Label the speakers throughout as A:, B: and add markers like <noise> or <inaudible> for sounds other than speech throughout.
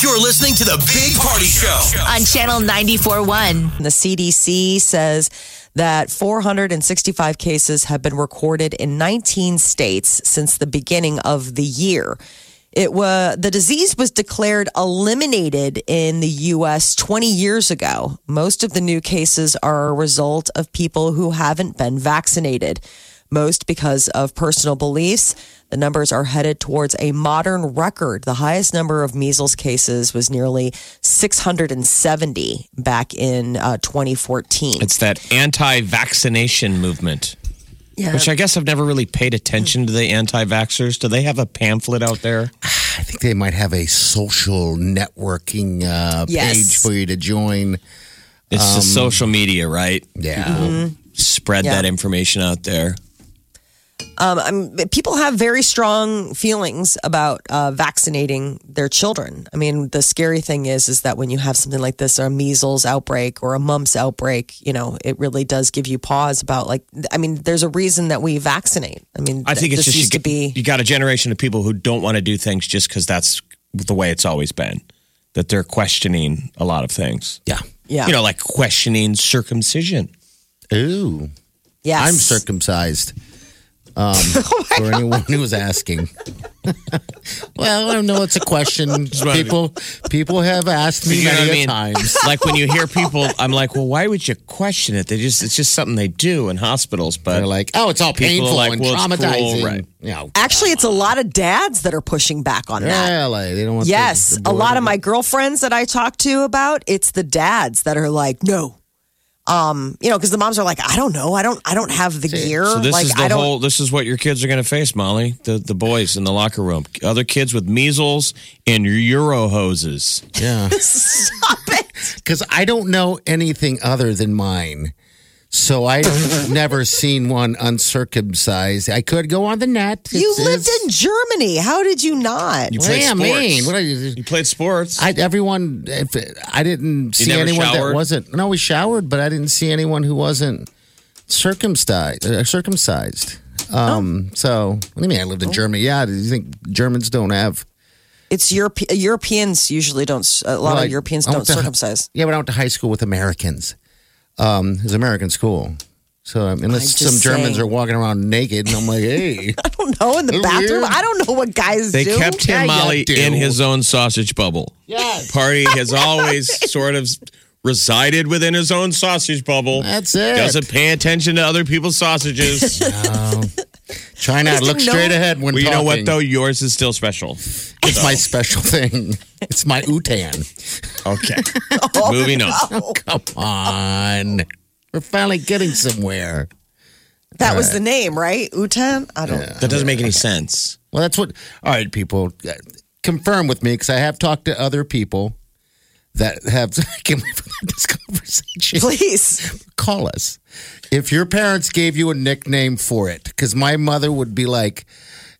A: You're listening to the Big Party Show.
B: on Channel 94.1.
C: The CDC says that 465 cases have been recorded in 19 states since the beginning of the year. It was the disease was declared eliminated in the US 20 years ago. Most of the new cases are a result of people who haven't been vaccinated. Most because of personal beliefs. The numbers are headed towards a modern record. The highest number of measles cases was nearly 670 back in uh, 2014.
D: It's that anti vaccination movement, which I guess I've never really paid attention to the anti vaxxers. Do they have a pamphlet out there?
E: I think they might have a social networking uh,
C: Yes.
E: page for you to join.
D: It's the social media, right?
E: Yeah.
D: Spread
C: Yeah.
D: that information out there.
C: um, people have very strong feelings about uh, vaccinating their children. I mean, the scary thing is, is that when you have something like this, or a measles outbreak or a mumps outbreak, you know, it really does give you pause about like. I mean, there's a reason that we vaccinate. I mean,
D: I think it's
C: this
D: just you,
C: used to
D: get-
C: be.
D: you got a generation of people who don't want to do things just because that's the way it's always been. That they're questioning a lot of things.
E: Yeah.
C: Yeah.
D: You know, like questioning circumcision.
E: Ooh.
C: Yes. Oh
E: I'm circumcised.
C: <laughs>
E: Um, for anyone who was asking. <laughs> well, I know it's a
D: <laughs>
E: question. People people have asked me
D: You know
E: many
D: what I
E: a
D: mean?
E: times.
D: <laughs> like when you hear people, I'm like, well, why would you question it? They just it's just something they do in hospitals. But
E: They're like, oh, it's all
D: People are
E: painful
D: like,
E: and
D: well, it's
E: traumatizing.
D: cruel, right.
E: You know,
C: Actually, it's a lot of dads that are pushing back on that.
E: yeah, like, they don't want
C: Yes,
E: the- the
C: a
E: boy
C: lot
E: to
C: of my girlfriends that I talk to about it's the dads that are like, no, um, you know, because the moms are like, I don't know, I don't, I don't have the gear.
E: Uh,
D: so this
C: like,
D: is the
C: I don't.
D: whole. This is what your kids are going to face, Molly. The the boys in the locker room, other kids with measles and euro hoses.
E: Yeah.
C: <laughs> stop it.
E: Because I don't know anything other than mine. So
C: <laughs>
E: I've never seen one uncircumcised. I could go on the net.
C: You lived in Germany. How did you not?
D: You
E: What do
D: played
E: you
D: sports.
E: mean? What are you?
D: You played sports.
E: I, everyone, if, I didn't see
D: never
E: anyone
D: showered?
E: that wasn't. No, we showered, but I didn't see anyone who wasn't circumcised. Uh, circumcised.
C: Oh.
E: Um, So, what do you mean? I lived in Germany. Yeah, do you think Germans don't have?
C: It's Europe, uh, Europeans usually don't. A lot
E: Well, I-
C: of Europeans
E: I
C: don't
E: went to hi-
C: circumcise. <laughs>
E: Yeah, but I went to high school with Americans. Um, it was American school. So um,
C: I'm
E: unless
C: just
E: some Germans
C: saying.
E: are walking around naked, and I'm
C: <laughs>
E: like, hey,
C: I don't know in the
E: They're
C: bathroom.
E: weird.
C: I don't know what guys
D: they
C: do.
D: kept him,
E: Yeah, you
D: Molly,
E: do.
D: in his own sausage bubble.
E: Yes.
D: Party
E: <laughs>
D: has always sort of resided within his own sausage bubble.
E: That's it.
D: Doesn't pay attention to other people's
E: <laughs>
D: sausages.
E: try not to look
C: didn't know-
E: straight ahead when
D: well, you know what
E: talking.
D: though? Yours is
E: <laughs>
D: still special.
E: It's my special thing. <laughs> It's my utan.
D: Okay.
E: Oh.
D: Moving on.
E: <laughs> Come on, we're finally getting somewhere.
C: that was the name, right? Utan. I don't.
D: That doesn't make any sense.
E: Well, that's what. All right, people, uh, confirm with me because I have talked to other people that have. <laughs> I can't believe we had this conversation.
D: <laughs>
C: Please.
E: call us if your parents gave you a nickname for it because my mother would be like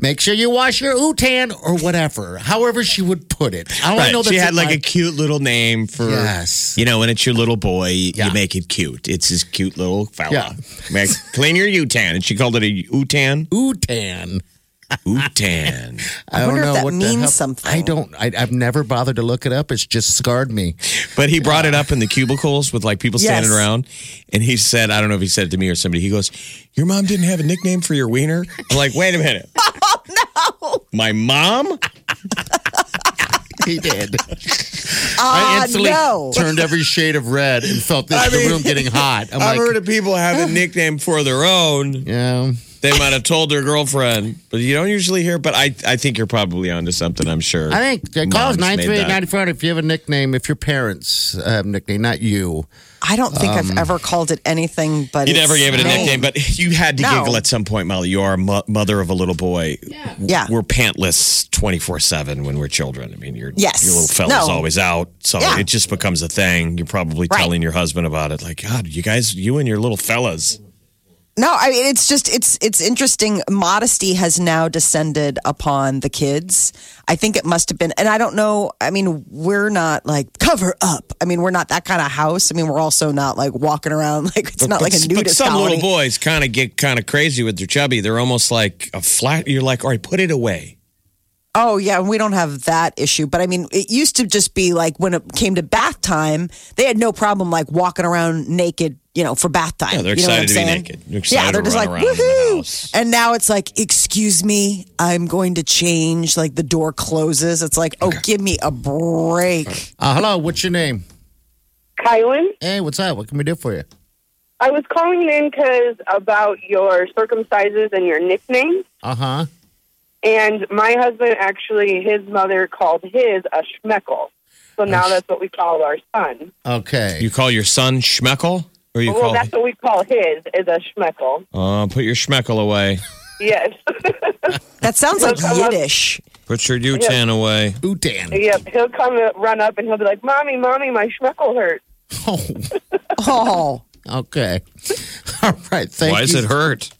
E: make sure you wash your utan or whatever however she would put it i don't
D: Right.
E: know that
D: she had like a cute little name for
E: Yes.
D: You know, when it's your little boy,
E: Yeah.
D: you make it cute. It's his cute little fella.
E: Yeah.
D: <laughs> Make, clean your utan, and she called it a utan.
E: utan
D: Utan.
E: i,
C: wonder
E: don't
C: if
E: know
C: that
E: what the
C: means
E: hell-
C: something.
E: i don't I, i've never bothered to look it up it's just scarred
C: <laughs>
E: me
D: But he brought it up in the cubicles with like people standing
C: Yes.
D: around, and he said, I don't know if he said it to me or somebody. He goes, "Your mom didn't have a nickname for your wiener." I'm like, wait a
E: <laughs>
D: minute. Oh no. My mom?
E: he did i
C: Ah,
E: instantly
C: no.
E: turned every shade of red <laughs> and felt the, the room getting hot i'm
D: I've
E: like
D: heard of people having a nickname for their own.
E: yeah
D: They might have told their girlfriend, but you don't usually hear. But I, I think you're probably onto something. I'm sure.
E: I think uh, call us
D: Moms made
E: 938 if you have a nickname, if your parents have a nickname, not you.
C: I don't think I've ever called it anything but
D: Um, You never
C: it's
D: gave it a
C: name.
D: nickname, but you had to
C: No.
D: giggle at some point, Molly. You are a mo- mother of a little boy. Yeah.
C: Yeah.
D: We're pantless 24 7 when we're children. I mean, your,
C: Yes.
D: your little fella's
C: No.
D: always out. So
C: Yeah.
D: it just becomes a thing. You're probably
C: Right.
D: telling your husband about it. Like, God, you guys, you and your little fellas.
C: No, I mean it's just it's it's interesting. Modesty has now descended upon the kids. I think it must have been, and I don't know. I mean, we're not like cover up. I mean, we're not that kind of house. I mean, we're also not like walking around <laughs> like it's not like a
D: but, but
C: nudist
D: some
C: colony.
D: little boys kind of get kind of crazy with their chubby. They're almost like a flat. You're like, all right, put it away.
C: Oh yeah, we don't have that issue. But I mean, it used to just be like when it came to bath time, they had no problem like walking around naked, you know, for bath time.
D: Yeah, they're
C: you know what I'm
D: excited to be
C: saying?
D: naked. They're excited
C: yeah, they're
D: to
C: just
D: run
C: like
D: around in the
C: woohoo!
D: house.
C: And now it's like, excuse me, I'm going to change. Like the door closes. It's like, oh, give me a break.
E: Uh, hello, what's your name?
F: Kylan,
E: Hey, what's up? What can we do for you?
F: I was calling in because about your circumcises and your nickname.
E: Uh huh.
F: And my husband actually, his mother called his a schmeckle. So now that's what we call our son.
E: Okay.
D: You call your son Schmeckel? Or you
F: Well,
D: call,
F: Oh, that's what we call his is a schmeckle.
D: uh, put your Schmeckel away.
F: Yes. <laughs>
C: That sounds like
F: I love-
C: Yiddish.
D: Put your Utan away.
E: Bhutan.
F: yep. He'll come uh, run up and he'll be like, "Mommy, mommy, my schmeckle hurt."
E: <laughs> Oh,
C: Oh,
E: okay. <laughs> All right. Thank
D: Why
E: you.
D: does it hurt?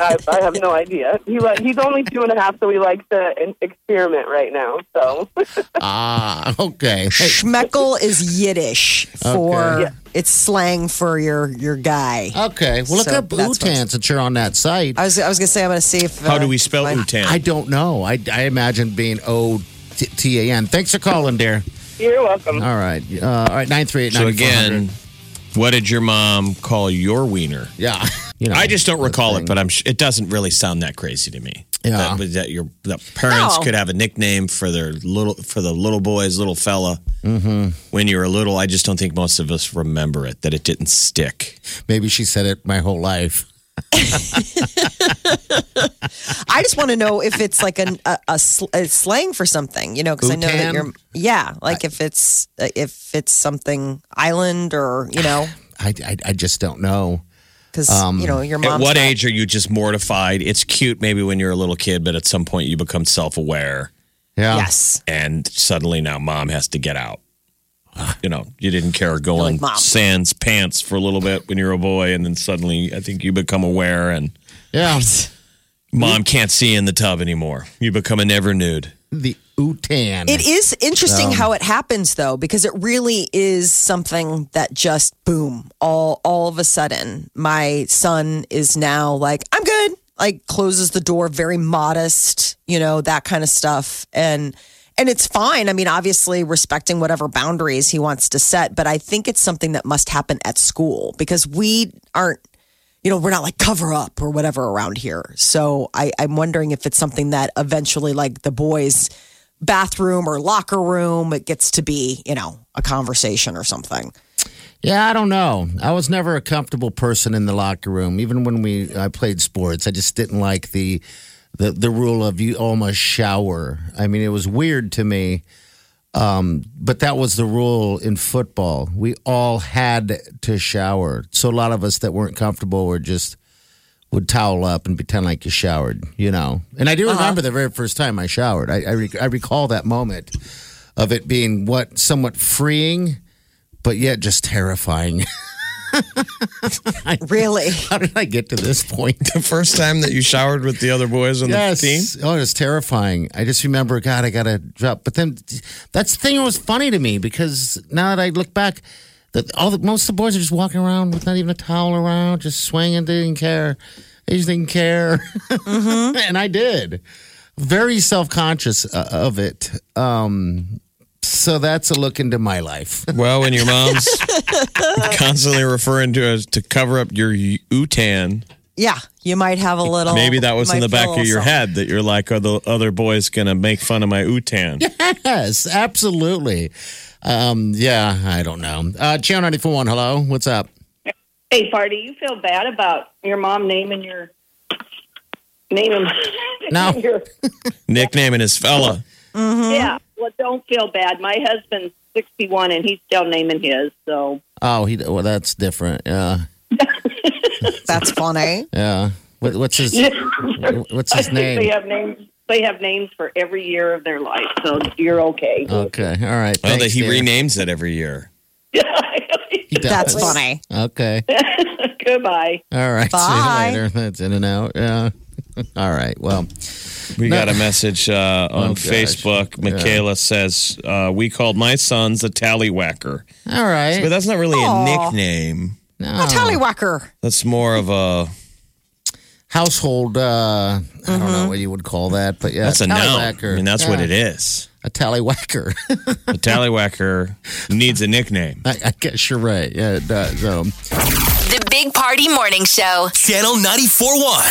F: I, I have no idea. He li- he's only two and a half, so we like to in- experiment right now. So <laughs>
E: Ah, okay. Hey,
C: Schmeckel is Yiddish for
E: Okay. Uh,
C: it's slang for your your guy.
E: okay. Well, look
C: So
E: up
C: that's
E: Bhutan
C: what's-
E: since you're on that site.
C: I was I was gonna say I'm gonna see if
D: How
C: uh,
D: do we spell
C: my-
D: Utan?
E: I don't know. I, I imagine being O T- T A N. Thanks for calling, dear.
F: you're welcome.
E: All right. Uh, all right. Nine three eight nine.
D: So again, what did your mom call your wiener? <laughs>
E: yeah. You know,
D: I just don't recall it, but I'm. sh- It doesn't really sound that crazy to me.
E: Yeah.
D: that, but that your that parents
C: No.
D: could have a nickname for their little for the little boys, little fella. When you were little, I just don't think most of us remember it. That it didn't stick.
E: maybe she said it my whole life.
C: I just want to know if it's like an, a, a, sl- a slang for something, you know, because I know that
E: Bhutan?
C: you're, yeah, like if it's if it's something island or you know,
E: I, I, I just don't know.
C: because
E: Um,
C: you know your
D: At
C: mom.
D: what age are you just mortified? It's cute maybe when you're a little kid, but at some point you become self aware,
E: Yeah.
C: Yes,
D: and suddenly now mom has to get out. You know, you didn't care going
C: like, "Mom."
D: sans pants for a little bit when you were a boy, and then suddenly I think you become aware and.
E: Yeah.
D: Mom can't see in the tub anymore. You become a never nude.
E: The Utan.
C: it is interesting how it happens though, because it really is something that just boom, all all of a sudden, my son is now like I'm good, like closes the door, very modest, you know, that kind of stuff, and. And it's fine. I mean, obviously respecting whatever boundaries he wants to set, but I think it's something that must happen at school because we aren't, you know, we're not like cover up or whatever around here. So I, I'm wondering if it's something that eventually, like the boys' bathroom or locker room, it gets to be, you know, a conversation or
D: <laughs>
C: something.
E: Yeah, I don't know. I was never a comfortable person in the locker room, even when we I played sports. I just didn't like the the the rule of you almost shower. I mean, it was weird to me. Um, but that was the rule in football. We all had to shower. So a lot of us that weren't comfortable were just would towel up and pretend like you showered, you know. And I do remember the very first time I showered. I I, rec- I recall that moment of it being what somewhat freeing, but yet just terrifying. <laughs>
C: Really?
E: How did I get to this
D: <laughs>
E: point?
D: The first time that you showered with the other boys on
E: Oh, it was terrifying. I just remember, God, I got to drop. But then that's the thing that was funny to me because now that I look back, that all the, most of the boys are just walking around with not even a towel around, just swinging. They didn't care. They just didn't care. <laughs> and I did. Very self conscious uh, of it. Um, so that's a look into my life.
D: Well, when your
C: <laughs>
D: mom's constantly referring to us to cover up your utan,
C: Yeah. You might have a little.
D: maybe that was in
C: might
D: the back
C: feel a
D: of your
C: little
D: head that you're like, "Are the other boys gonna make fun of my
C: <laughs>
D: utan?"
E: yes, absolutely. Um, yeah, I don't know. Uh, Channel 941, hello. What's up?
F: Hey, Far, do you feel bad about your mom naming your name <laughs> him.
E: No. Hmm?
F: Your-
D: Nicknaming his fella.
F: Yeah. Well, don't feel bad. My husband's 61 and he's still naming his. So
E: Oh, he. Well, that's different. Yeah,
C: That's funny.
E: yeah. What, what's his? What's
F: I <laughs>
E: his
F: think They
E: name?
F: have names. They have names for every year of their life. So you're okay.
E: Okay. All right.
D: Well, that
E: Thanks,
D: he
E: dear.
D: renames it every year.
E: He does.
C: That's funny.
E: Okay.
F: <laughs> Goodbye.
E: All right.
C: Bye.
E: See you later. That's in and out. Yeah. <laughs> All right. Well,
D: We got a message uh, on
E: Oh, gosh.
D: Facebook. Michaela says, uh, We called my sons a tallywhacker.
E: all right.
D: But that's not really
C: Aw.
D: a nickname.
E: Oh.
C: A tallywhacker.
D: That's more of a.
E: household uh I don't
C: Mm-hmm.
E: know what you would call that, but yeah.
D: That's a noun. I
E: tallywhacker.
D: mean, that's
E: Yeah,
D: what it is.
E: A tallywhacker. <laughs>
D: A tallywhacker needs a nickname.
E: I, I guess you're right. Yeah, it does. Um,
B: The Big Party Morning Show.
A: Channel 941.